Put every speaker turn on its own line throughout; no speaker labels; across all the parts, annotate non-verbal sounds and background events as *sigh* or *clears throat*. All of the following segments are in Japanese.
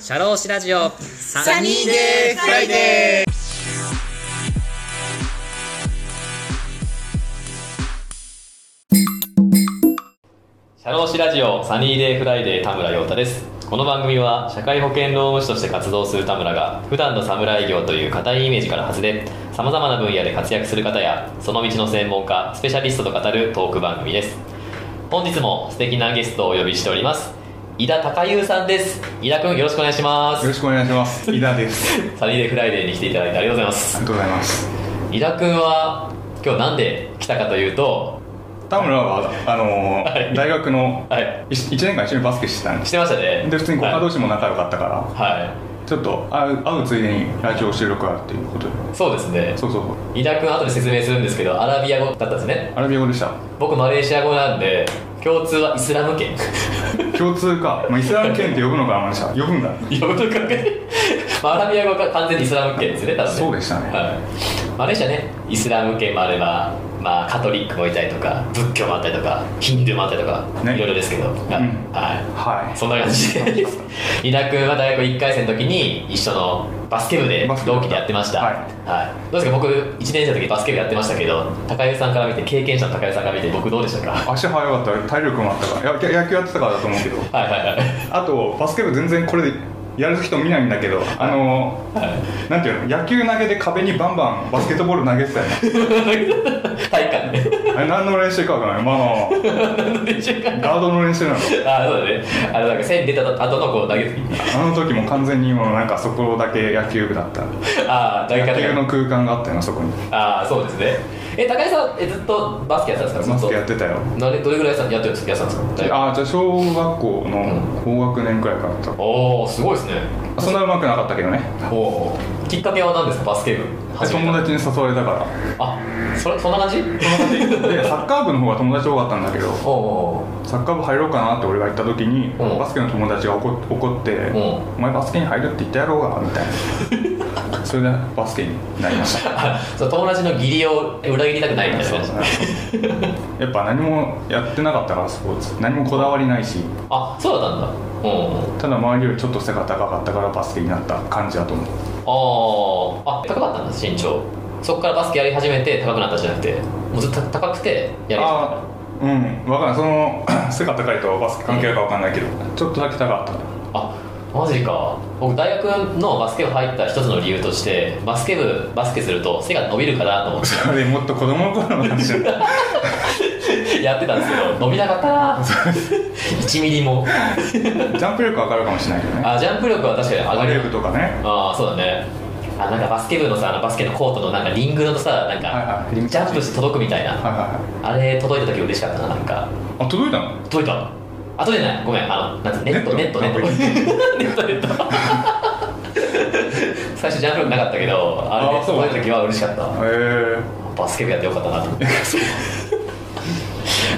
シャローシラジオサ
ニーデーフライデ
ー
シャローシラジオサニーデイフライデー田村陽太ですこの番組は社会保険労務士として活動する田村が普段の侍業という固いイメージから外れさまざまな分野で活躍する方やその道の専門家スペシャリストと語るトーク番組です本日も素敵なゲストをお呼びしております井田隆優さんです井田君よろしくお願いしま
よろ
す
しくお願いします。井田です。
サニーデイフライデーに来ていただいてありがとうございます
ありがとうございます。
井田君は今日なんで来たかというと
田村は、あのー
はい
大学の、
はい
い一1年間一緒にバスケしてたんで
し
す。
てましたね
で、普通に国家同
士
士も仲良かったから、
は
ちょっと会う会うついでにラジオ収録があるっていうこと
い
で。
そうですね
そうそうそう。
伊田君後で説明するんですけどアラビア語だったんですね
アラビア語でした。
僕マレーシア語なんで共通はイスラム圏 *laughs*
共通か、まあ、イスラム圏って呼ぶのかな、マジで。呼ぶんだ。
よく考えまあアラビア語が完全にイスラム圏ですね多分ね
そうでしたね
はい、マレーシアねイスラム圏もあればまあカトリックもいたりとか仏教もあったりとかヒンドゥーもあったりとか、
ね
いろいろですけど、はい
はい。
そんな感じ *laughs* で伊田君は大学1回生の時に一緒のバスケ部で
バスケ部
同期でやってました
はい
はい、どうですか僕1年生の時バスケ部やってましたけど高井さんから見て経験者の高井さんから見て僕どうでしたか
足速かった、体力もあったから、いや野野球やってたからだと思うけど。
はいはいはい
あと、バスケ部全然これでやる人見ないんだけど、あのーなんていうの、野球投げて壁にバンバンバスケットボール投げてたよね。
体育館ね
あれ何の練習かわからない、まあ、ガードの練習なの
ああそうだねあれなんか線出た後のこう投げる時に
あの時も完全にもうなんかそこだけ野球部だった
ああ投げ
野球
方
の
が
空間があったよなそこに
ああそうですねえ高井さんえずっとバスケやってたんですか
マ
ず
ス
っと
ケやってたよ
なれどれぐらいさやってるんですかやってたんですか大学
ああじゃあ小学校の高学年くらいからだっ
おおすごいですね
たそんなうまくなかったけどね
おおきっかけは何ですかバスケ部始め
友
た
達に誘われたから
あそれそんな感じ
でサッカー部の方が友達多かったんだけど
*laughs* おお
サッカー部入ろうかなって俺が言った時に
うん
バスケの友達が怒っ怒って
ん
「お前バスケに入るって言ったやろうが」みたい
*laughs*
なそれでバスケになりました
そう友達の義理を裏切りたくないみたい
そう
な
で
感じ
すね *laughs* やっぱ何もやってなかったからスポーツ何もこだわりないし
あそうだったんだうんうん
ただ周りよりちょっと背が高かったからバスケになった感じだと思う
あーあ高かったんだ身長そこからバスケやり始めて高くなったじゃなくてもうずっと高くてやり始めた
ああうん分かんないその *clears throat* 背が高いとバスケ関係あるか分かんないけどちょっとだけ高かっ
あマジか僕大学のバスケ部入った一つの理由としてバスケ部バスケすると背が伸びるかなと思った
*laughs* それもっと子供の頃の話 *laughs* だった
てやってたんですけど伸びなかったな *laughs* 1ミリも
ジャンプ力上がるかもしれないけどね
あジャンプ力は確かに上
バ
が
レ
る
ー部とかね
ああそうだねあなんかバスケ部のさあのバスケのコートのなんかリングのさなん
はい
か
はい
ジャンプして届くみたい
はいは
ない
はい
あれ届いた時嬉しかったななんか
あ届いたの
届いたあ届いてないごめんあのなんつネットネッ
ネッ
ト
ト
ネット *laughs* ネットネット最初ジャンプ力なかったけどあれ
あ
で
そう
届いた時は嬉しかった
へえ
バスケ部やってよかったなと思って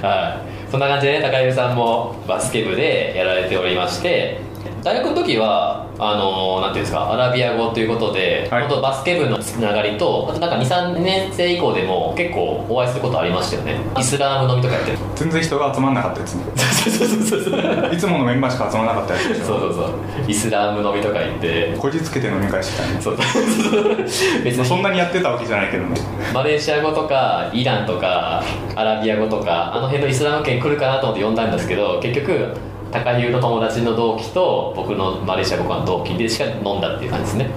はいそんな感じでね高井さんもバスケ部でやられておりまして大学の時はあのなんていうんですかアラビア語ということで、
はい
本当バスケ部のつながりとあとなんか23年生以降でも結構お会いすることありましたよねイスラーム飲みとかやってる
全然人が集まんなかったやつ
*laughs*
ね
そうそうそうそう
いつものメンバーしか集まんなかったやつでし
そう
ょ
そうそうイスラム飲みとか行って
こじつけて飲み会してたね
そう別
まあそ
に
んなにやってたわけじゃないけどね
マレーシア語とかイランとかアラビア語とかあの辺のイスラム圏来るかなと思って呼んだんですけど結局高湯の友達の同期と僕のマレーシア語の同期でしか飲んだっていう感じですね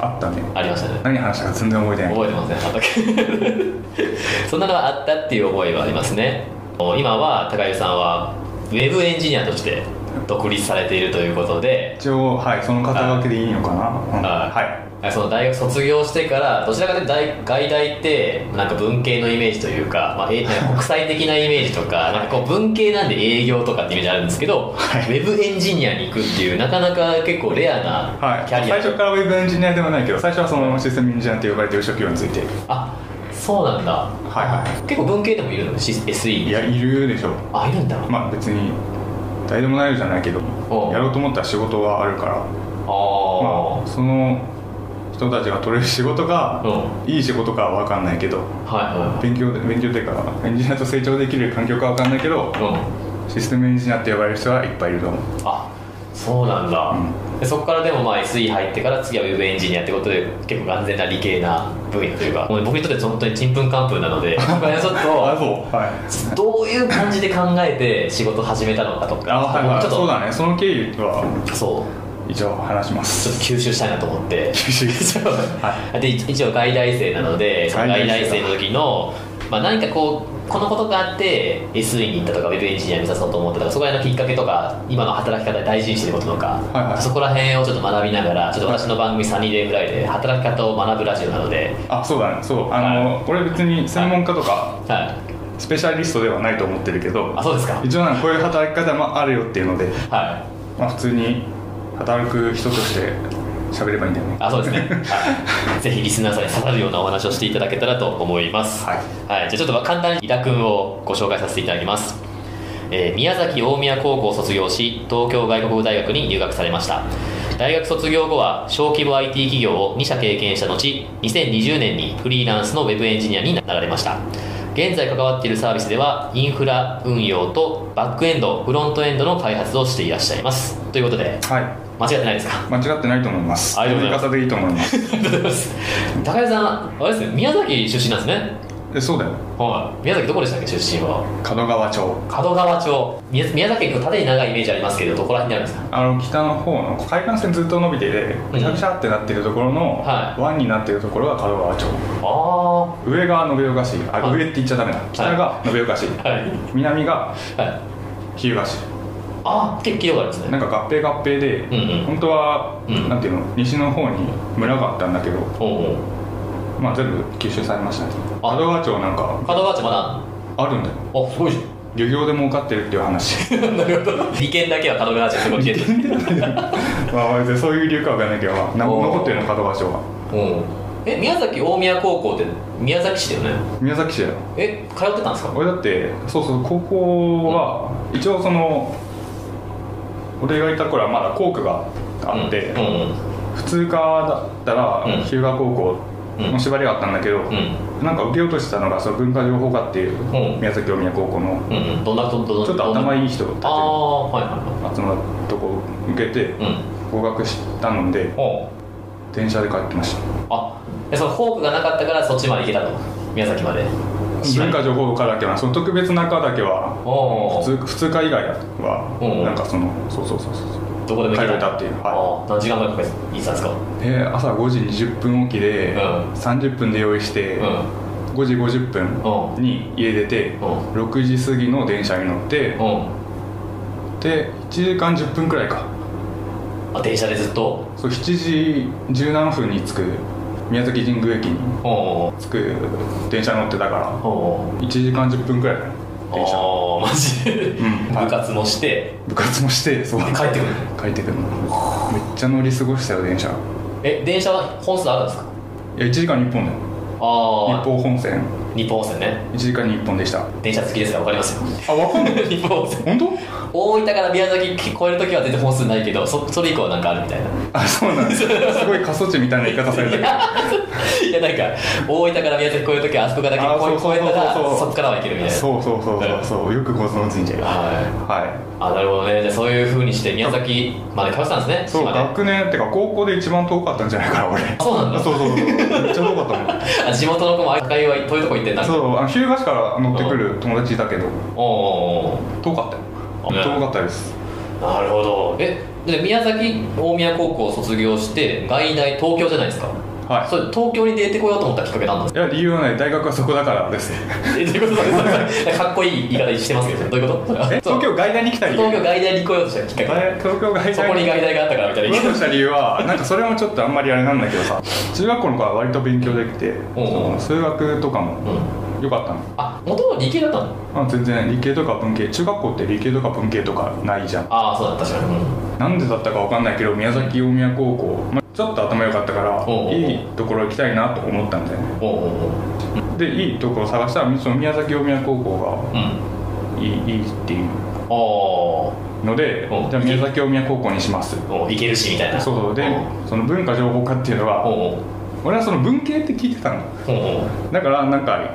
あったね
ありましたね
何話したか全然覚えてない
覚えてますねあった *laughs* そんなのがあったっていう思いはありますね今は高湯さんはウェブエンジニアとして独立されているということで
一応はいその肩書きでいいのかなうんはい
い、その大学卒業してからどちらかというと大外大ってなんか文系のイメージというか、まあ、えなんか国際的なイメージとかなんかこう文系なんで営業とかってイメージあるんですけど、ウェブエンジニアに行くっていうなかなか結構レア
は
ないキャリア、
最初からウェブエンジニアではないけど最初はそのシステムエンジニアって呼ばれてる職業についてはい
あそうなんだ、
は
結構文系でもいるのシス SE
いいやいるでしょ
あいるんだ、
まあ別に誰でもないじゃないけど
おう
やろうと思ったら仕事はあるから
ああ、
まあその人たちが取れる仕事が
うん
いい仕事かは分かんないけど
はい
勉強で勉強というかエンジニアと成長できる環境かは分かんないけど
はいうん
システムエンジニアって呼ばれる人はいっぱいいると思う
あそうなんだ、
ん
でそこからでもまあ SE 入ってから次は Web エンジニアってことで結構完全な理系な分野というかもう僕にとって本当にちんぷんかんぷんな
*laughs*
ので僕はちょっ
あ
と
そうはい
どういう感じで考えて仕事始めたのかとか
あはいはい
ちょっと
そうだねその経緯は
そう
一応話します
ちょっと吸収したいなと思って
吸収
はい、で一一応外来生なのでその外
外
来
来
生
生
の時の、まあ、何かこうこのことがあって SE に行ったとか Web エンジニアに目指そうと思ったとかそこら辺のきっかけとか今の働き方で大事にしてることとか、
はいはい
そこら辺をちょっと学びながらちょっと私の番組「サニーデイぐらいで働き方を学ぶラジオなので、
あそうだねそうあの、俺別に専門家とか
はい、
スペシャリストではないと思ってるけど
あそうですか
一応なんかこういう働き方もあるよっていうので、
はい
まあ、普通に働く人として喋ればいいんだよね
あそうですね、
*laughs*
はい、ぜひリスナーさんに刺さるようなお話をしていただけたらと思います、
はい
じゃあちょっと簡単に井田君をご紹介させていただきます、えー宮崎大宮高校を卒業し東京外国語大学に入学されました大学卒業後は小規模 IT 企業を2社経験した後2020年にフリーランスのウェブエンジニアになられました現在関わっているサービスではインフラ運用とバックエンドフロントエンドの開発をしていらっしゃいますということで
はい
間違ってないですか *laughs*
間違ってないと思います
ありがとうございます
方でいいと思います
*laughs* ありがとうございます高井さん、あれですね、宮崎出身なんですね。
えそうだよ
はい。宮崎どこでしたっけ、出身は。
門川町
門川町。宮宮崎県、縦に長いイメージありますけど、どこら辺にあるんですか
あの北の方の海岸線ずっと伸びてて
ん
ぐしゃぐしゃってなってるところの、
はい
湾になってるところが門川町
あ
上が延岡市あ、
はい
上って言っちゃダメだ北が延岡市、
あ。はい。
南が
はい。
日向市
あ、結構聞いたことあります
な
ね。
んか合併合併で、
うんうん
本当は、
うん
なんていうの西の方に村があったんだけど
おうおう
まあ全部吸収されましたね門
あ
川町なんか
門川町まだ、
あるんだよ
あ、すごいじ
漁業で儲かってるっていう話
*laughs* ゃん。なるほど。利権だけは門川町すごい利権。
*laughs* まあ別にそういう理由かわかんないけど、まあ、な
おー
残ってるの門川町は
うん。え、宮崎大宮高校って宮崎市だよね。
宮崎市だよ
え、通ってたんですか
俺だってそうそう高校は、一応その俺がいた頃はまだ校区があって、
うん。うん
普通科だったら
うん
日向高校の縛りがあったんだけど、
ん
なんか受けようとしてたのがその文化情報科っていう、
うん
宮崎大宮高校の
うん。うんうん。どんな、どんな、
ちょっと頭
いい。
いい人たち
あ
が
あ、はいは
集まるとこ受けて
いはい。うん。
合格したので
おう
電車で帰ってました
あでそのフォークがなかったからそっちまで行けたと宮崎まで
文化情報科だけはその特別な科だけは
お
普
お
通普通科以外
うん
はなんかそのそうそうそうそう
どこでも行け
通
た
えたっていうはい
あー何時間ぐらいかけて行ってたんですか
えー朝5時20分起きで、
うん
30分で用意して、
う
5時50分に家出て、
うん
6時過ぎの電車に乗って、
んうん
で1時間10分くらいか
あ電車でずっと
そう7時17分に着く宮崎神宮駅に
おお
着く電車乗ってたから
おお
1時間10分くらいかな電車
ああマジで、
うんはい
部活もして
部活もしてそう
帰ってくる
帰ってくるのめっちゃ乗り過ごしたよ電車
え電車は本数あるんですか
いや1時間に1本だよ日
ああ
報本線
日本本線ね
1時間に1本でした
電車好きですから分かりますよ
あわかんない
日本本線
本当
大分から宮崎越えるときは全然本数ないけどそそれ以降はなんかあるみたいな
あそうなんですすごい過疎地みたいな言い方されたけ
い
ど
やなんか大分から宮崎越えるときはあそこからだ
あ
け
そう
越え
そうそう
越えたら
そう
そこからは行けるみたいな
そうそうそうそうそうよくご存知では
はい
い
あなるほどねじゃあそういうふうにして宮崎まで通ってたんですね
そう
島で
学年ってか高校で一番遠かったんじゃないかな俺
そうなんだ
そうそうそうめっちゃ遠かったもん
あ地元の子もあ高いは遠いとこ行ってんだ
そうあの日向市から乗ってくる友達いたけど
おお
遠かったよ
ね
遠かったです
なるほどえで宮崎大宮高校を卒業して外大東京じゃないですか
はい
それ東京に出てこようと思ったきっかけ
*laughs*
なんです
いや理由はない大学はそこだからです
かえどういうことですかかっこいい言い方してますけどどういうこと
え
そう
東京外大に来た理由
東京外大に来ようとしたきっか
大東京
け
外
そこ
大
に
に
外大があったからみたい
来
な
ようとした理由はなんかそれもちょっとあんまりあれなんだけどさ中学校の頃は割と勉強できて
おうおう
数学とか
う
も
ん
良かったの
あ元々理系だったの
あ全然理系とか文系中学校って理系とか文系とかないじゃん
ああそうだ確かに、
なんでだったかわかんないけど宮崎大宮高校、まあ、ちょっと頭良かったから
おうおう
いいところ行きたいなと思ったんだよね
おうおうおう
でいいところ探したらその宮崎大宮高校
うん
がいいいいっていう
お
ので
おう
じゃあ宮崎大宮高校にします
ーおういけるしみたいな
そうそうでその文化情報科っていうの
おう
は
おう
俺はその文系って聞いてたの
おうおう
だからなんか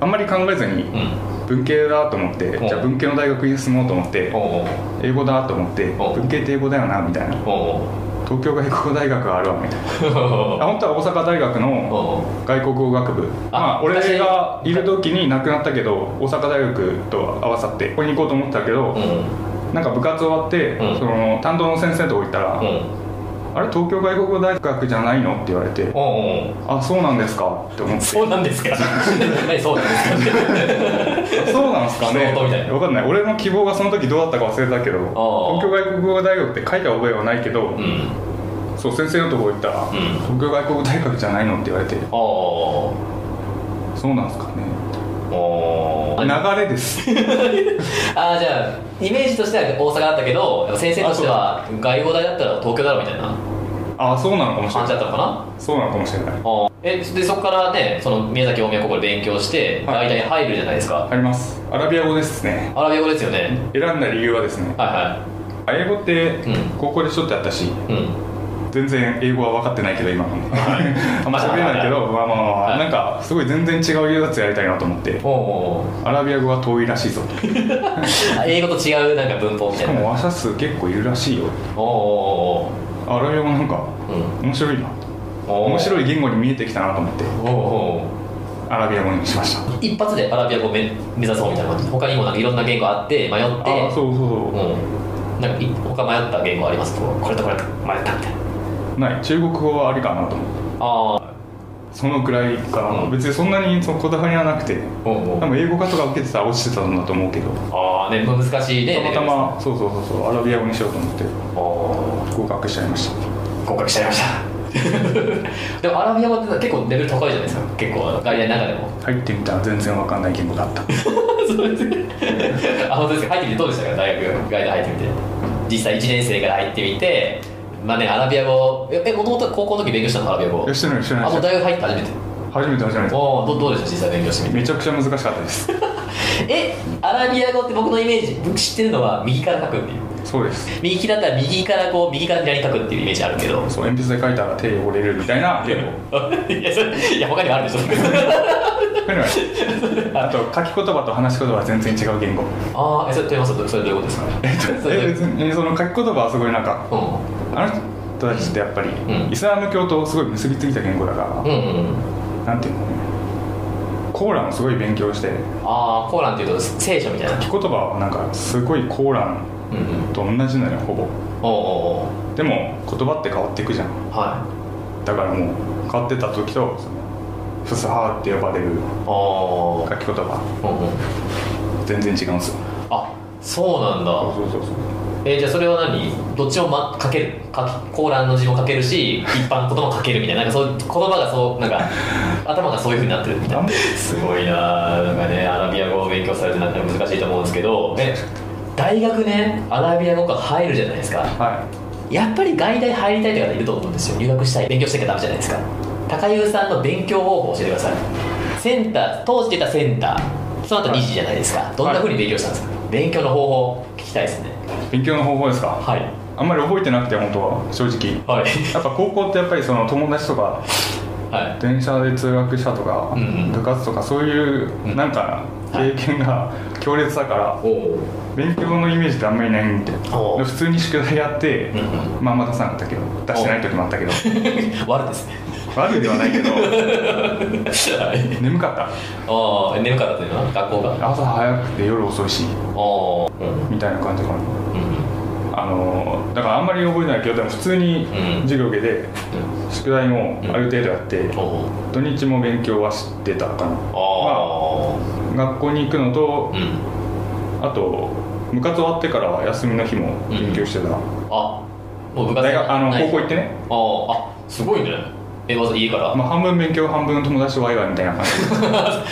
あんまり考えずに
うん
文系だと思って
おう
じゃあ文系の大学に進もうと思って
おうおう
英語だと思って
おう
文系って英語だよなみたいな
おうおう
東京外国語大学があるわみたいなあ本当は大阪大学の
おう
外国語学部
あ
まあ俺
昔
がいる時に亡くなったけど大阪大学と合わさってここに行こうと思ってたけど、
うん
なんか部活終わって、
うん
その担当の先生のとこ行ったら、
うん
あれ東京外国語大学じゃないのって言われ
お
て、
うおう
あそうなんですかって思って
そうなんですか何そうなんですかって
あそうなんですかね
人の音みたいな
分かんない俺の希望がその時どうだったか忘れたけど東
あ
京外国語大学って書いた覚えはないけど、
うん
そう先生のとこ行ったら、
ん
東京外国語大学じゃないのって言われて
おお
そうなんですかね
おー
流れです
あーじゃあイメージとしては大阪だったけど先生としては外語大だったら東京だろみたいな
あそうなのかもしれ
感じだ
な
った
い
のかな
そうなのかもしれない
おーえでそこからねその宮崎大宮高校で勉強して
は
大
い
体入るじゃないですか、
ありますアラビア語ですね
アラビア語ですよね
選んだ理由はですね
は
英語って
うん
高校でちょっとやったし、
いはいうん
全然英語は分かってないけど今のね、あん *laughs* ま喋れないけどまあまあまあ、
はい
なんかすごい全然違うやつやりたいなと思って
おうおうおう
アラビア語は遠いらしいぞとし
あ英語と違うなんか文法みた
か
いな
も話者数結構いるらしいよ
おおおう
アラビア語なんか
おうおううん
面白いな面
い
白い言語に見えてきたなと思って
おうおう
アラビア語にしました
一発でアラビア語をめ目指そうみたいな感じ他にもなんかいろんな言語あって迷って
ああそうそうそう
うんなんかい他迷った言語ありますこうこれとこれと迷ったみたいな
ない中国語はありかなと思って
ああ
そのくらいかな、
うん
別にそんなにそのこだわりはなくて
うんうん
多分英語科とか受けてたら落ちてたんだと思うけど
ああね難しいね
たまたまそうそうそうそうアラビア語にしようと思って
おー
合格しちゃいました
合格しちゃいました *laughs* でもアラビア語って結構レベル高いじゃないですか結構外来の中で
*laughs*
も
入ってみたら全然わかんない言語だった
そうですねあ本当ですか入ってみてどうでしたか大学外で入ってみて実際1年生から入ってみてまあねアラビア語えもともと高校の時勉強したのアラビア語
いやしてないしてない
あもう大学入って初めて
初めて初めて
おおどどうでした実際勉強してみて
めちゃくちゃ難しかったです
*laughs* えアラビア語って僕のイメージ僕知ってるのは右から書くっていう
そうです
右利きだったら右からこう右から左に書くっていうイメージあるけど
そう鉛筆で書いたら手汚れるみたいな言語
いやそ *laughs* れいや他にもあるでしょ *laughs*
あと書き言葉と話し言葉は全然違う言語
ああえそれと言いますとそれどういうことですかそれ
*laughs* え
どうい
別
う
にその書き言葉はすごいなんか
うん
あの人たちってやっぱり、
うん
イスラム教とすごい結びついた言語だから、
うんうんうん
なんていうのねコーランをすごい勉強して
ああコーランっていうと聖書みたいな
書き言葉はなんかすごいコーラン
うんうん
と同じなのよほぼ
おうおうお
でも言葉って変わっていくじゃん
うは
だからもう変わってた時とそのフスハーって呼ばれる
いおお
書き言葉
うんうん
全然違うんですよ
あそうなん
そう
だ
そうそうそう
えじゃあそれは何どっちも、ま、書ける書きコーランの字も書ける *laughs* し一般のことも書けるみたいななんかそう言葉がそうなん *laughs* か頭がそういうふうになってるみたいなすごいなあなんかねアラビア語を勉強されてなんか難しいと思うんですけどえ大学ねアラビア語科入るじゃないですか
は
やっぱり外大入りたいって方いると思うんですよ留学したい勉強してきゃダメじゃないですか高優さんの勉強方法を教えてくださいセンター当時出たセンターその後2時じゃないですかどんな風に勉強したんですか、勉強の方法聞きたいですね
い勉強の方法ですか
はい
あんまり覚えてなくて本当は正直
はい
やっぱ高校ってやっぱりその友達とか
はい
電車で通学したとか、
うんうん
部活とかそういうなんか
はい
経験が強烈だから
おお
勉強のイメージってあんまりないんでで
おう
普通に宿題やって、
うん
まああんま出さなかったけど出してない時もあった
*laughs*
けど
悪ですね
悪いではないけど
はい
眠かった
ああ眠かったというのは学校が
朝早くて夜遅いし
おおうんうん
みたいな感じかなあのだからあんまり覚えてないけどでも普通に
うん
授業受けて宿題もある程度やって、
うんお
土日も勉強はしてたかな
お
学校に行くのと
あ、うん
あと部活終わってからは休みの日も勉強してた、
あもう部活
大学あの
ない
高校行ってね、
あーあすごいねえまず家から、 *laughs*
まあ、半分勉強半分友達とワイワイみたいな感じ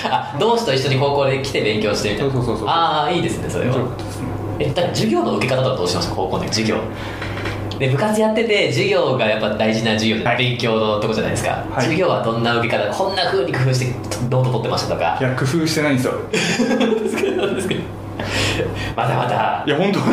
あ同志と一緒に高校で来て勉強してみたいな
そうそうそうそう
ああいいですねそれ
面白か
は
ったですね
えだから授業の受け方とかどうしました高校の時授業で部活やってて授業がやっぱ大事な授業で、
はい
勉強のとこじゃないですか、
い
授業はどんな受け方こんな風に工夫してノート取ってましたとか
いや工夫してないんですよ
なんですけど *laughs* またまた
いや本当工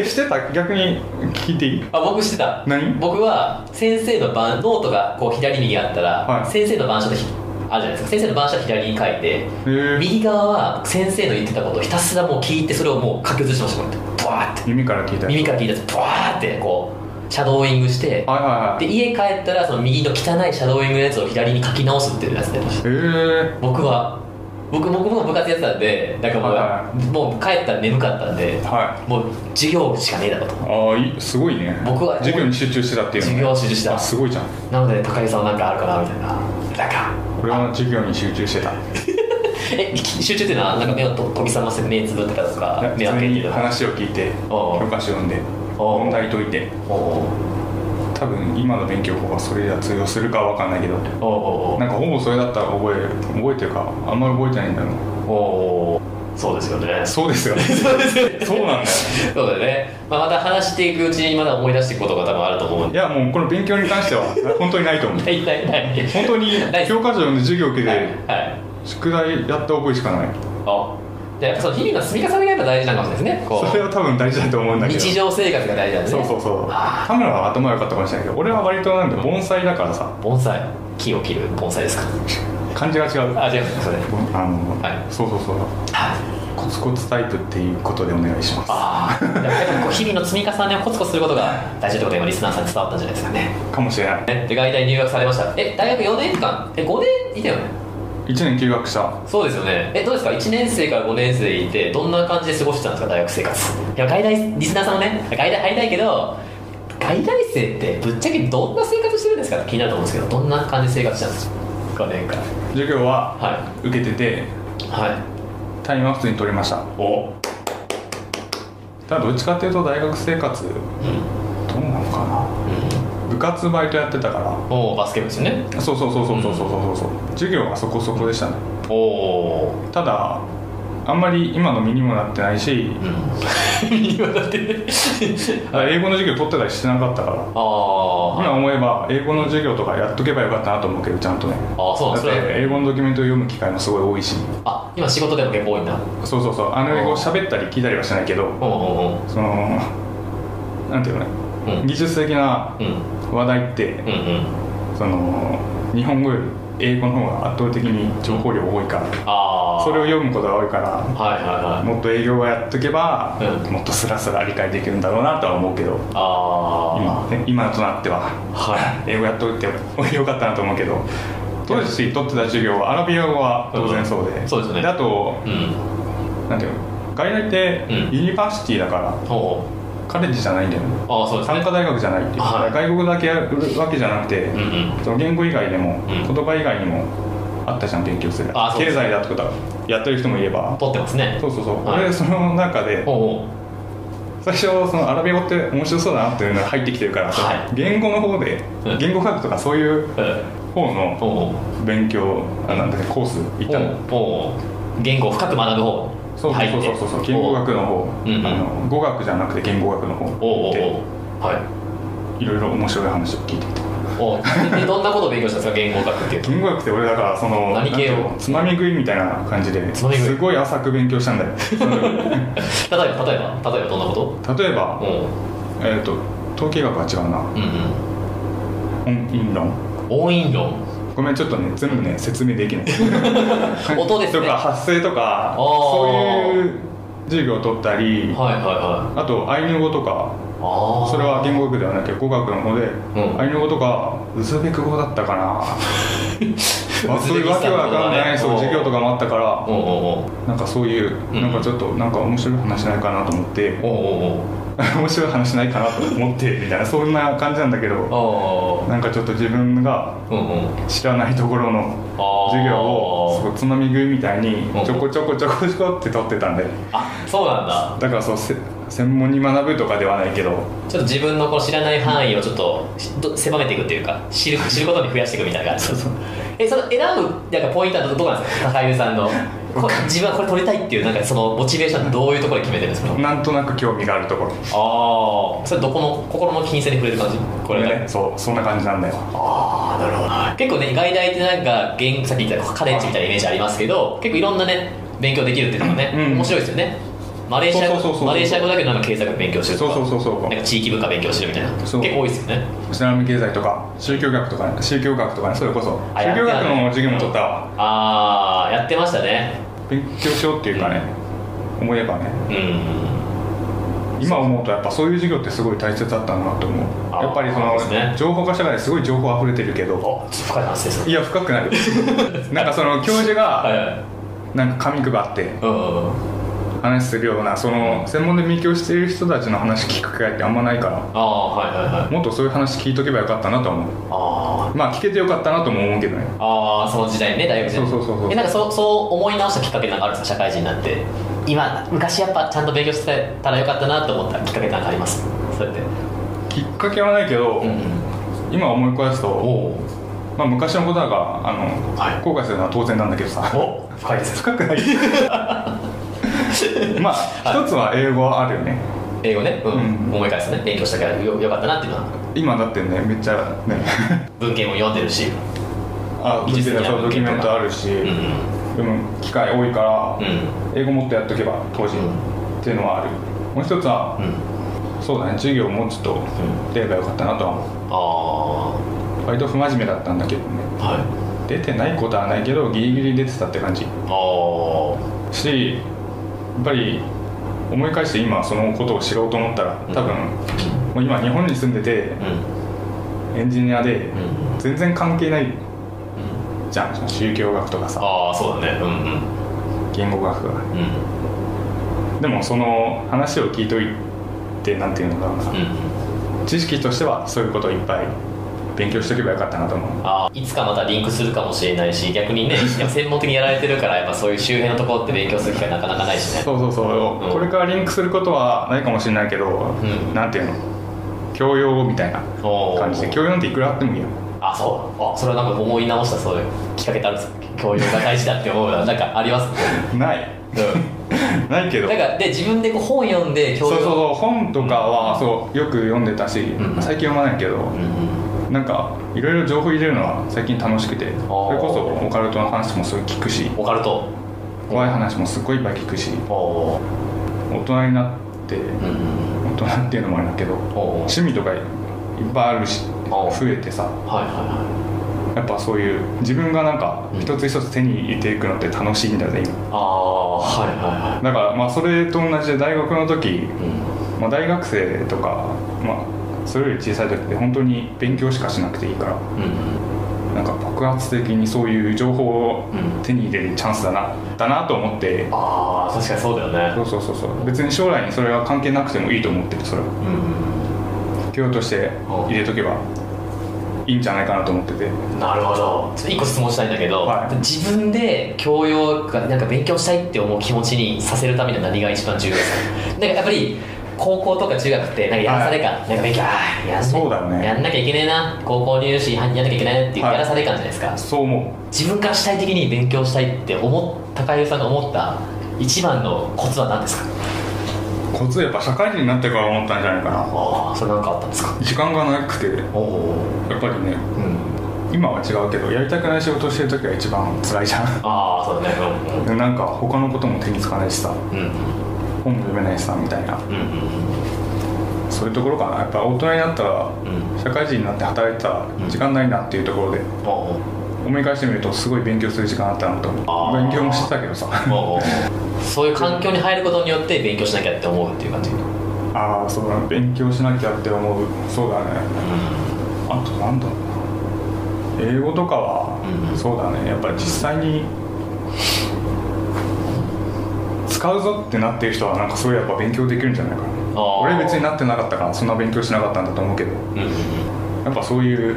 夫してた逆に聞いていい
あ僕してた
何
僕は先生の板ノートがこう左右にあったら、
はい
先生の板書でひあるじゃないですか先生の板書は左に書いて
えー
右側は先生の言ってたことをひたすらもう聞いてそれをもう書き写してましたこうやってブワーって
耳から聞いた
耳から聞いたやつブワーってこうシャドーイングして、
はいはいは
で
い
家帰ったらその右の汚いシャドーイングのやつを左に書き直すっていうやつで
えー、
僕は僕僕も部活やってたんでなんかもう,、
はいは
もう帰ったら眠かったんで
は
もう授業しかねえだろと
いああいいすごいね
僕は
授業に集中してたっていうの
授業を指示した
あすごいじゃん
なので高木さんは何かあるかなみたいななんか
俺は授業に集中してた
えき集中っていうのはなんか目をと研ぎ澄ませて目つぶってたとか
普
目を開け
通
て
に
たとか
話を聞いて
おう
教科書読んで
おう
問題解いて
おう
多分今の勉強法がそれが通用するかわかんないけど
おうおうおう
なんかほぼそれだったら覚える覚えてるかあんまり覚えてないんだろう
おうおうそうですよね
そうで
*laughs*
すよね
そうですよね
そうなんだよ
そうだよね、まあ、また話していくうちにまだ思い出していくことが多分あると思うん
い
で
やもうこの勉強に関しては本当にないと思う
はいはいはい
本当に
ない
教科書の授業受け
はい
て
はい
宿題やった覚えしかない
あじゃあやっぱその日々の積み重ねがやっぱ大事なのかもしれないですねこう
それは多分大事だと思うんだけど
日常生活が大事なんです
そ
ね
うそうそう
あ
田村は頭良かったかもしれないけど俺は割となんか盆栽だからさ
ー盆栽木を切る盆栽ですか
感じが違う
あ違うそれ
ぼあの、
はい
そうそうそうコツコツタイプっていうことでお願いします
ああやっぱりこう日々の積み重ねをコツコツすることが大事ってことが今リスナーさんに伝わったんじゃないですかね
かもしれない
ねで外大入学されましたえ大学4年間え5年いたよね
1年休学した
そうですよねえどうですか1年生から5年生いてどんな感じで過ごしてたんですか大学生活いや外大リスナーさんもね外大入りたいけど外大生ってぶっちゃけどんな生活してるんですかって気になると思うんですけどどんな感じで生活してたんですか5年間
授業は
は
受けてて
いはい
単位は普通に取りました
お
ただどっちかっていうと大学生活ど
うん
うなのかな部活バイトやってたか
おおバスケ部ですよね
らそうそうそうそうそうそうそうそう授業はそこそこでしたね
おお
ただあんまり今の身にもなってないし
うん *laughs* 右はだってね
英語の授業取ってたりしてなかったから
ああ
今思えば英語の授業とかやっとけばよかったなと思うけどちゃんとね
ああそうなん
だっ
です
て
ね
英語のドキュメントを読む機会もすごい多いし
あ今仕事でも結構多いんだ
そうそうそうあの英語を喋ったり聞いたりはしないけど
おお
そのなんていうのね
うんうん
技術的な
うん
話題って
うんうん
その日本語より英語の方が圧倒的に情報量多いから
ああ
それを読むことが多いから
はいはいはい
もっと営業はやっとけば、
うん
もっとスラスラ理解できるんだろうなとは思うけど
あ
今ね今となっては
あは
英語やっといてもよかったなと思うけど当時取ってた授業はアラビア語は当然そうで、
うんそうですね
あと
いうん
なんていうの外来って
うん
ユニバーシティだから、
ほ
カレッジじゃないんだよね
うああそうです
参
ね
加大学じゃないっていう、
はい
外国だけやるわけじゃなくて、
うんうん
その言語以外でも、
ん
言葉以外にもあったじゃん勉強する
あそうで
経
す
済だとかやってる人もいれば
撮ってますね
そうそうそう、
はい
俺その中で
ほ
最初そのアラビア語って面白そうだなっていうのが入ってきてるから、
はい
言語の方で
うん
言語学とかそういう
ううん
方の
ほ
勉強あなんだっけコース
う
行ったの
ほう言語を深く学ぶ方
そうそうそうそうそう言語学の方、
うんうん
あの語学じゃなくて言語学の方
おおお
行って
おはい
いろいろ面白い話を聞いてきた
おうででどんなことを勉強したんです
*laughs*
か言語学っていうと
言語学って俺だからその
何系を
なんていうのつまみ食いみたいな感じで
つまみ食い
すごい浅く勉強したん
*laughs*
だよその
例えば例えば例えばどんなこと
例えば
おう
えっ、と統計学は違うな
うんうん
音韻論
音韻論
ごめんちょっとね全部ね説明できない
*laughs* 音ですね
とか発声とか
あー
そういう授業を取ったり、
はいはいはい
あとアイヌ語とか
ああ
それは言語学ではなくて語学の方で、
うん
アイヌ語とかウズベク語だった
*laughs*
かなまあそういうわけわかんない、
ウズベキスタンの方だね
そう授業とかもあったから
おうおうおう
なんかそういう、
うん
なんかちょっとなんか面白い話ないかなと思って、 *laughs*
おうおう
面白い話ないかなと思ってみたいなそんな感じなんだけど
おうあ
なんかちょっと自分が
あうんうん
知らないところの
あー
授業をすごいつまみ食いみたいに
うん
ちょこちょこちょこちょこって取ってたんで
あそうなんだ
だからそうせ専門に学ぶとかではないけど
ちょっと自分のこう知らない範囲をちょっとしど狭めていくっていうか知る *laughs* 知ることに増やしていくみたいな感じえその選ぶなんかポイントはどどこなんですか高井さんのこ自分はこれ取りたいっていうなんかそのモチベーションはどういうところで決めてるんですか
なんとなく興味があるところ
ああそれどこの心の金線に触れる感じこれが、
ねそうそんな感じなんだよ
ああなるほどな結構ね外大ってなんか言さっき言ったカレッジみたいなイメージありますけど結構いろんなね勉強できるっていうのがね、
うん
面白いですよねマレーシア
そうそうそうそう
マレーシア語だけどなんか経済学勉強してると
そう
か
そうそうそう
なんか地域文化勉強してるみたいな結
そう
構多いですよね
イスラム経済とか宗教学とか宗教学とかねそれこそ
あや
宗
って
教
たね
学の授業も取ったわ
ああやってましたね
勉強しようっていうかね、思えばね
うん
今思うとやっぱそういう授業ってすごい大切だったなと思
あ
う
ー
やっぱりそ
そう
の
ですね
情報化社会ですごい情報溢れてるけど
おちょっと深い話です
い
ね
や深く
*laughs*
なるなんかその教授
はい
が
はい
なんか紙配って
うんうんうん
話するようなその専門で勉強している人たちの話聞く機会ってあんまないから
ああはいはいはい
もっとそういう話聞いとけばよかったなとは思う
あ
まあ聞けてよかったなとも思うけどね
ーあーその時代にね大学時代に
そうそうそうそう
えなんかそうそう思い直したきっかけなんかあるんですか社会人になって今昔やっぱちゃんと勉強してたらよかったなと思ったきっかけなんかありますそれで
きっかけはないけど、
うん
今思い返す
お
と、
お
まあ、昔のことだがあの、
はい
後悔するのは当然なんだけどさ
お深いです
深
*laughs*
くないまあ一つは英語はあるよね
英語ね、うん
うん
思い返すね勉強したからよよかったなっていうのは
今だってねめっちゃね
文献も読んでるし
あ
技術的な
そうドキュメントあるし、
うん
でも機会多いから
う、ん
英語もっとやっとけば当時、
うん
っていうのはあるもう一つは
う、ん
そうだね授業もうちょっと出ればよかったなとは思
ああは
う割と不真面目だったんだけどね
い
出てないことはないけどギリギリ出てたって感じ
ああ
しやっぱり思い返して今そのことを知ろうと思ったら多分、もう今日本に住んでて
うん
エンジニアで
うん
全然関係ないじゃんその宗教学とかさ
ああそうだねうんうん
言語学が
うん
でもその話を聞いといてなんていうのだろうな、
うん
知識としてはそういうことをいっぱい勉強しておけばよかったなと思う
あーいつかまたリンクするかもしれないし逆に
*laughs*
ねでも専門的にやられてるからやっぱそういう周辺のところって勉強する機会なかなかないしね
そうそうそう、
うん
これからリンクすることはないかもしれないけど、
ん
なんていうの教養みたいな
おー
感じで教養なんていくらあってもいいよ
あそうあそれはなんか思い直したそういうきっかけってあるんですか教養が大事だって思うのはなんかあります、
ない
うん、
ないけど
なんかで自分でこう本読んで教
そう
養
そうそう本とかはそうよく読んでたし、
ん
最近読まないけど、
うん
なんかいろいろ情報入れるのは最近楽しくてそれこそオカルトの話もすごい聞くし
オカルト
怖い話もすっごいいっぱい聞くし
おおー
大人になって
うん
大人っていうのもあれだけど
おー
趣味とかいっぱいあるし
お
増えてさ
はいはいはい
やっぱそういう自分がなんか
うん
一つ一つ手に入れていくのって楽しいんだぜ今
ああはいは
だからまあそれと同じで大学の時
いはい、うん、
まあ、大学生とか、まあ、それより小さい時って本当に勉強しかしなくていいから
うん、
なんか爆発的にそういう情報を
うん
手に入れるチャンスだな、だなと思って
ああ確かにそうだよね
そうそうそうそう別に将来にそれは関係なくてもいいと思ってるそれは
う
教養として入れとけばいいんじゃないかなと思ってて
んなるほどちょっと一個質問したいんだけど、
はい
自分で教養がなんか勉強したいって思う気持ちにさせるためには何が一番重要ですか *laughs* なんかやっぱり高校とか中学ってなんかやらされ感、なんか勉強あーやんな
そうだね
やんなきゃいけねえな高校入試やんなきゃいけないなっていう
はい
やらされ感じゃないですか、
そう思
自分から主体的に勉強したいって思った高井さんが思った一番のコツは何ですか
うコツはやっぱ社会人になってから思ったんじゃないかな
ああそれなんかあったんですか
時間がなくて
おお
やっぱりね
うん
今は違うけどやりたくない仕事をしてる時が一番辛いじゃん *laughs*
ああそうだね
なんか他のことも手につかないしさ
うんうん
本も読めないしさみたいな
うん
そういうところかなやっぱ大人になったら
うんうん
社会人になって働いてたら
ん
時間ないなっていうところで
おお
思い返してみるとすごい勉強する時間あったなと
あー
勉強もしてたけ
*laughs*
どさ
もうそういう環境に入ることによって勉強しなきゃって思うっていう感じ、
ああそうだな勉強しなきゃって思うそうだねあとなんだろうな英語とかは、
うん
そうだねやっぱり実際に使うぞってなってる人はなんかすごいやっぱ勉強できるんじゃないか
あー
な俺別になってなかったからそんな勉強しなかったんだと思うけど
うんうん
やっぱそういう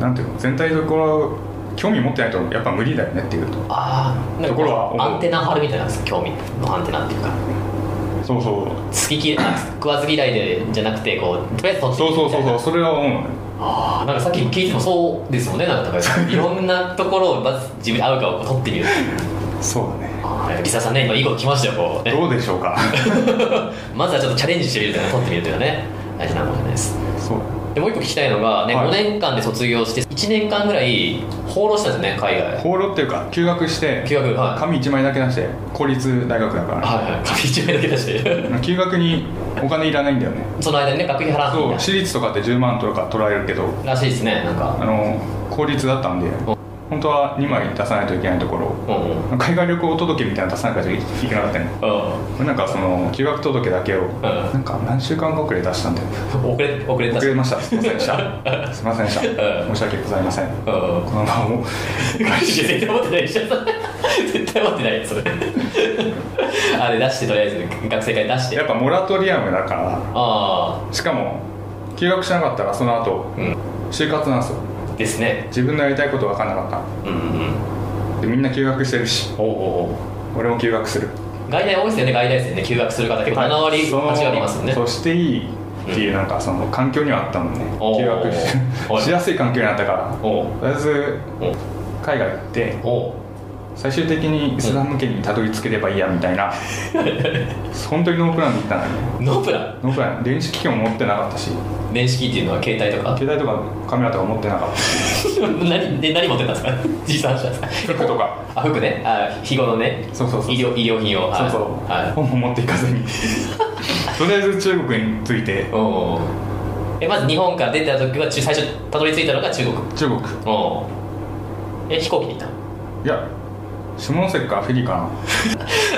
なんていうの全体のところ興味持ってないとやっぱ無理だよねっていうと
ああ
ところは思う
アンテナ張るみたいなんです興味のアンテナっていうか
そうそう
好き嫌い食わず嫌いでじゃなくてこうとりあえず取って
そうそうそうそう
う
それは思うね
ああなんかさっき聞いてもそうですもんね
*laughs*
なんか高橋さんいろんなところをまず自分に合うかを取ってみる
そうだね
あーリサさんね今いいこと来ましたよこうね
どうでしょう *laughs* か
*laughs* まずはちょっとチャレンジしてみるというか取ってみるというのはね大事なことじゃないです
そうだね
でもう一個聞きたいのが、ね
はい
5年間で卒業して1年間ぐらい放浪したんですね海外
放浪っていうか休学して
休学はい
紙1枚だけ出して公立大学だから、
はいはい学費1枚だけ出して *laughs*
休学にお金いらないんだよね
その間にね学費払ってみ
そ
た
う
い
私立とかって10万とか取られるけど
ならしいですねなん
あ
か
の公立だったんで
お
本当は2枚出さないといけないところを
うんうんうん
海外旅行届みたいなの出さなきゃいけなかったのこれなんかその休学届だけをなんか何週間か遅れ出したんで
遅れ遅れた
遅れましたすいませんでしたすいませんでした *laughs* 申し訳ございませんこ
うんうん *laughs*
のままもう
いや絶対持ってないでしょそれ *laughs* 絶対持ってないよそれ *laughs* あれ出してとりあえず学生会出して
やっぱモラトリアムだか
あ
らしかも休学しなかったらその後
あうん
就活なんですよ
ですね
自分のやりたいこと分かんなかっ
うんうんうん
たでみんな休学してるし
おうおうおう
俺も休学する
外来多いですよね外来ですよね休学する方結構7割、
はいそ
8
の
割いますもんね
そうしていいっていうなんかその環境にはあったもんね
おー
休学
はい
ししやすい環境になったから
おう
とりあえず
おう
海外行って
おう
最終的にイスラム圏にたどり着ければいいやみた
*laughs*
いな本当にノープランで行ったのに
ノープラ
ノープラン電子機器も持ってなかったし
ン電子機っていうのは携帯とか
携帯とかカメラとか持ってなかった
*laughs*
し
何で何持ってたんですか *laughs* 持参したんですか
服とか
あ服ねあ日頃のね
そうそうそう
医療医療品を
そ
は
う
い
そう、
はい
本も持っていか
*laughs*
ずにとりあえず中国に着いて
おうおうえまず日本から出た時は中最初たどり着いたのが中国
中国
おうえ飛行機で行ったの
いや下関かフェリーか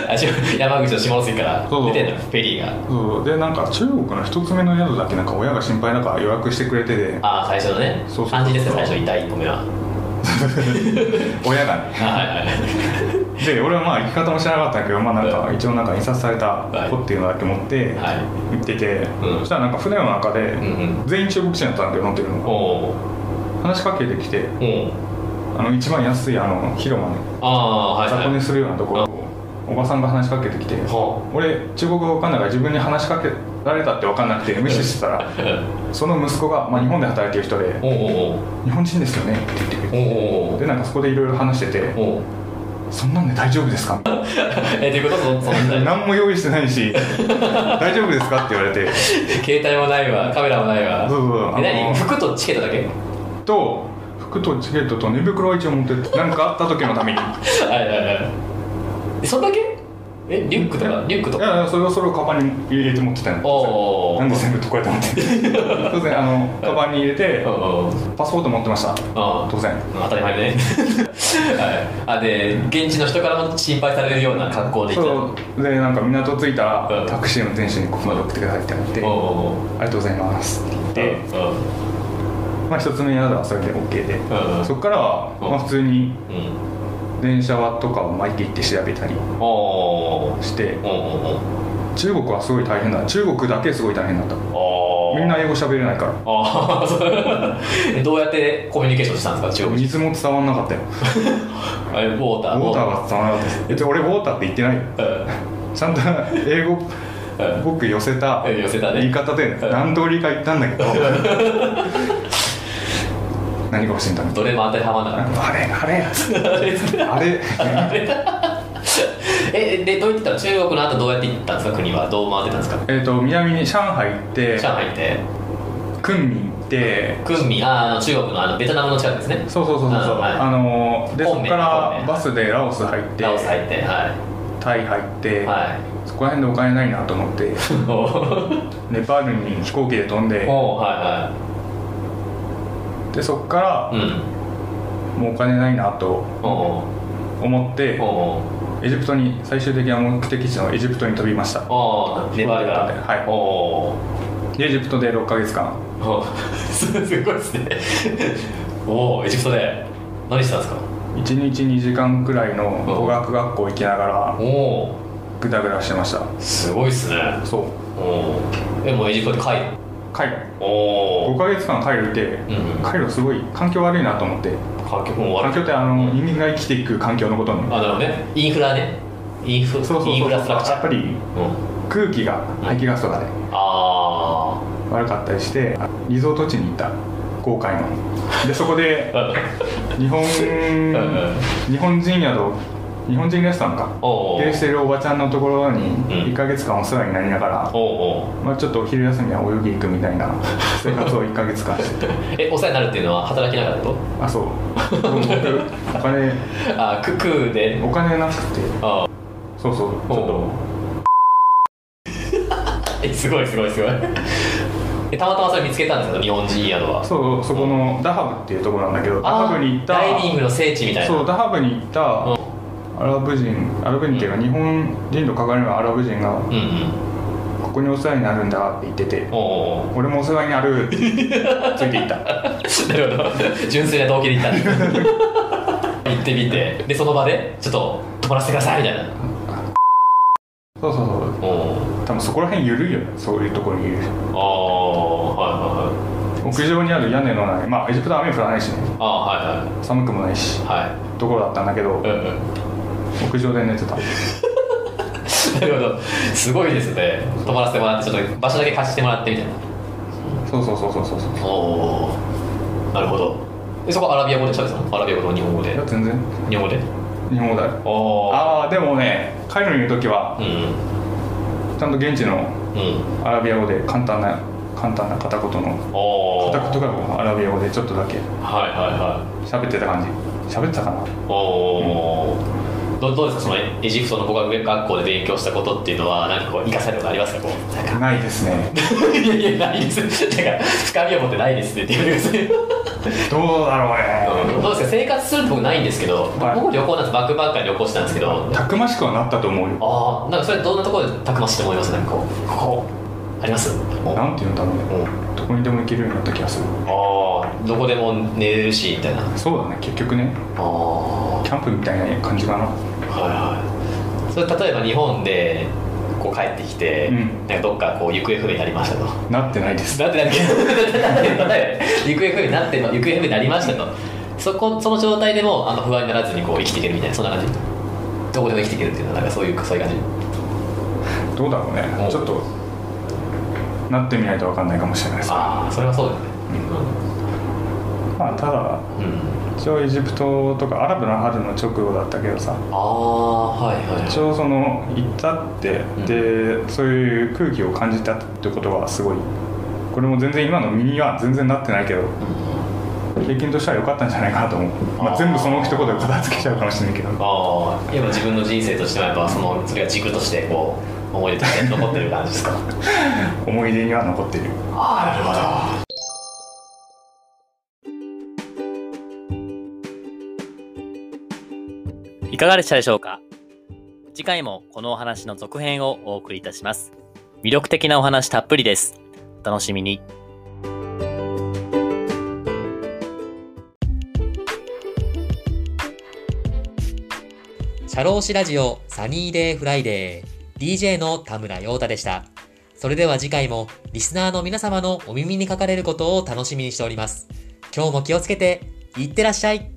な
あし山口の下関から
そうそう
出てんのフェリーが
そうでなんか中国の一つ目の宿だけなんか親が心配だから予約してくれてて
ああ最初のね
そうそう
感じですね最初第一歩目は
親がね
あはいはい
で俺はまあ行き方も知らなかったんだけど、まあ、なんか一応なんか印刷された子っていうのだけ持って
はい
行ってて、
うん
そしたらなんか船の中で
うんうん
全員中国人だったんだけど乗ってるのが
おう
話しかけてきて
おう
あの一番安いあの広間ね
ああはい
雑
はい
魚寝するようなところをおばさんが話しかけてきて
は
俺中国語わかんないから自分に話しかけられたってわかん
*laughs*
なくて無視してたら
あうん
その息子が、まあ、日本で働いてる人で
おうおう
「日本人ですよね」って言ってくれ
おう
て
おうおう
でなんかそこでいろいろ話してて
おう
「そんなんで大丈夫ですか?」
*laughs* えということそそんな
何も用意してないし
*laughs*
「大丈夫ですか?」って言われて
携帯もないわカメラもないわ
そうそうそう
え
あの
何服とチケットだけ
と服とチケットと寝袋は一応持ってって何かあった時のた
*laughs*
めにい
はいはいはいえそんだけえリュックとかリュックとか
やいやそれをそれをカバンに入れて持ってたの
おうおうおう
なんで全部とこやと思って当然あのカバンに入れて
おうおう
パスポート持ってました
ああ
当然
当たり前ね *laughs* はいあで現地の人からも心配されるような格好で行ったの
そうでなんか港着いた
う
ら
ん
タクシーの店主にここまで送ってくださいって言われて「あ
おうおう
りがとうございます」って言っ
で
て、まあ、一つ目の宿はそれで OK で
んうん
そこからは、
うん
まあ、普通に
うん
電車とかを毎日行って調べたり
おお
して
おお
中国はすごい大変だ中国だけすごい大変だった
お
みんな英語喋れないから
ああそうえ *laughs* どうやってコミュニケーションしたんですか中国人
水も伝わんなかったよ
あれウォー
ウ
ター
ォーターが伝わんなかったです別に俺ウォーターって言ってないよちゃんと英語
うんうん
僕寄せた
うん寄せたね
言い方で
うん
何通りか言ったんだけど *laughs* 何が欲しいんだみた
ど
い
れも当てはまんなか
な
っ
あれあれ
た *laughs* あれ
あれ
えでどうやって行ったの中国の後どうやって行ったんですか国はどう回ってたんですか
えっと南に上海行って
上海って
昆明行って
クンミあーあの中国のあのベトナムの近くですね
そうそうそうそうそう
うんはい
あのーでそ
昆
こ
明
からバスでラオス入って
ラオス入っては
タイ入って
いはい
そこら辺でお金ないなと思
*laughs*
って
お
ネパールに飛行機で飛んで
おは
でそこから
いはいうん
もうお金ないなと
おお
思って
おお
エジプトに最終的な目的地のエジプトに飛びました
おおネパールから
はい
おお
でエジプトで6ヶ月間
お *laughs* すすごいですねおおエジプトで何したんですか
1日2時間くらいの語学学校行きながら
おお
グダグダしてました
すごいっすね
そう
おおえもうエジプトでカイ
カイ
ロ
ロ
お
5
お
ヶ月間カイロいて
うん
カイロすごい環境悪いなと思って
環境も悪
環
い
境ってあの人間が生きていく環境のことに
あなるほどねインフラねインフ
そうそう
イン
そう
フラストラクチャ
やっぱ
ー
り
うん
空気が排気ガスとかで
あ
悪かったりしてリゾート地に行った豪快のでそこで
あ
日本
ん
日本人宿日本人レストランか
おうおう
経営してるおばちゃんのところに
うん
1ヶ月間お世話になりながら、
おうおう
まあ、ちょっとお昼休みは泳ぎ行くみた
*laughs*
いな生活を1ヶ月間してて
えお世話になるっていうのは働きながらってこと *laughs*
あそう僕お金
あククーで
お金なくて
あ
そうそうちょっと
*laughs* えすごいすごいすごいでたまたまそれ見つけたんですけど日本人宿は
そうそこのダハブっていうところなんだけどダハブに行った
あーダイビングの聖地みたいな
そうダハブに行った
うん
アラブ人アラブ人っていうか日本人と関わりのあるアラブ人が
うんうん
「ここにお世話になるんだ」って言ってて
おお
「俺もお世話になる」ってついていっ
*laughs*
た
なるほど純粋な動機で行ったんだ
*laughs*
行ってみてでその場でちょっと泊まらせてくださいみたいな
そうそうそう
おお
多分そこら辺緩いよねそういうところにいる
ああはいはいはい
屋上にある屋根のないまあエジプトは雨降らないしね
ああはい
寒くもないし
はいはい
ところだったんだけど
うんうん *laughs*
屋上で寝てた
なるほどすごいですね泊まらせてもらってちょっと場所だけ貸してもらってみたいな
そうそうそうそうそうそうい
おおなるほどでそこアラビア語で喋ってたのアラビア語と日本語で
や全然
日本語で
日本語だよ
おおあ
ああでもね彼の言う時は
うん
ちゃんと現地の
うん
アラビア語で簡単な簡単な片言の
おおはい
片言がアラビア語でちょっとだけ
はいはい
喋ってた感じ喋ってたかな
おお、どどうですかそのエジプトの語学学校で勉強したことっていうのは何かこう生かされることありますかこうなんか
ないですね
*laughs* いやいやないですなんか深みを持ってないですねって言われますね
どうだろうね
どうですか生活するって僕ないんですけど、
はい
僕も旅行なんですバックパッカーで旅行したんですけど
たくましくはなったと思うよ
ああなんかそれどんなところでたくましいと思いますなんかこうここありますあ
なんていうんだろうねどこにでも行けるようになった気がする
あーどこでも寝れるしみたいなあ
そうだね結局ね
あ
キャンプみたいな感じかな
はいはいそれ例えば日本でこう帰ってきて、
うん
なんかどっかこう行方不明になりましたと
なってないです
だってだってだって *laughs* だって行方不明になって行方不明になりましたとそこその状態でもあの不安にならずにこう生きていけるみたいなそんな感じどこでも生きていけるっていうのはなんかそういうそういう感じ
どうだろうね
お
ちょっとなってみないと分かんないかもしれないです
ああそれはそうだよね
まあただ
うん、うん、
一応エジプトとかアラブの春の直後だったけどさ
ああはいはい
一応その行ったって、
ん
でそういう空気を感じたってことはすごいこれも全然今の身には全然なってないけど経験としては良かったんじゃないかなと思う、ま
あ
あ、
ー
全部その一言で片付けちゃうかもしれないけど
ああ今自分の人生としてはやっぱそのそれが軸としてこう思い出として残ってる感じですか
思い出には残ってる
ああなるほど
いかがでしたでしょうか次回もこのお話の続編をお送りいたします。魅力的なお話たっぷりです。お楽しみに。シャローシラジオサニーデイフライデー DJ の田村陽太でした。それでは次回もリスナーの皆様のお耳にかかれることを楽しみにしております。今日も気をつけていってらっしゃい。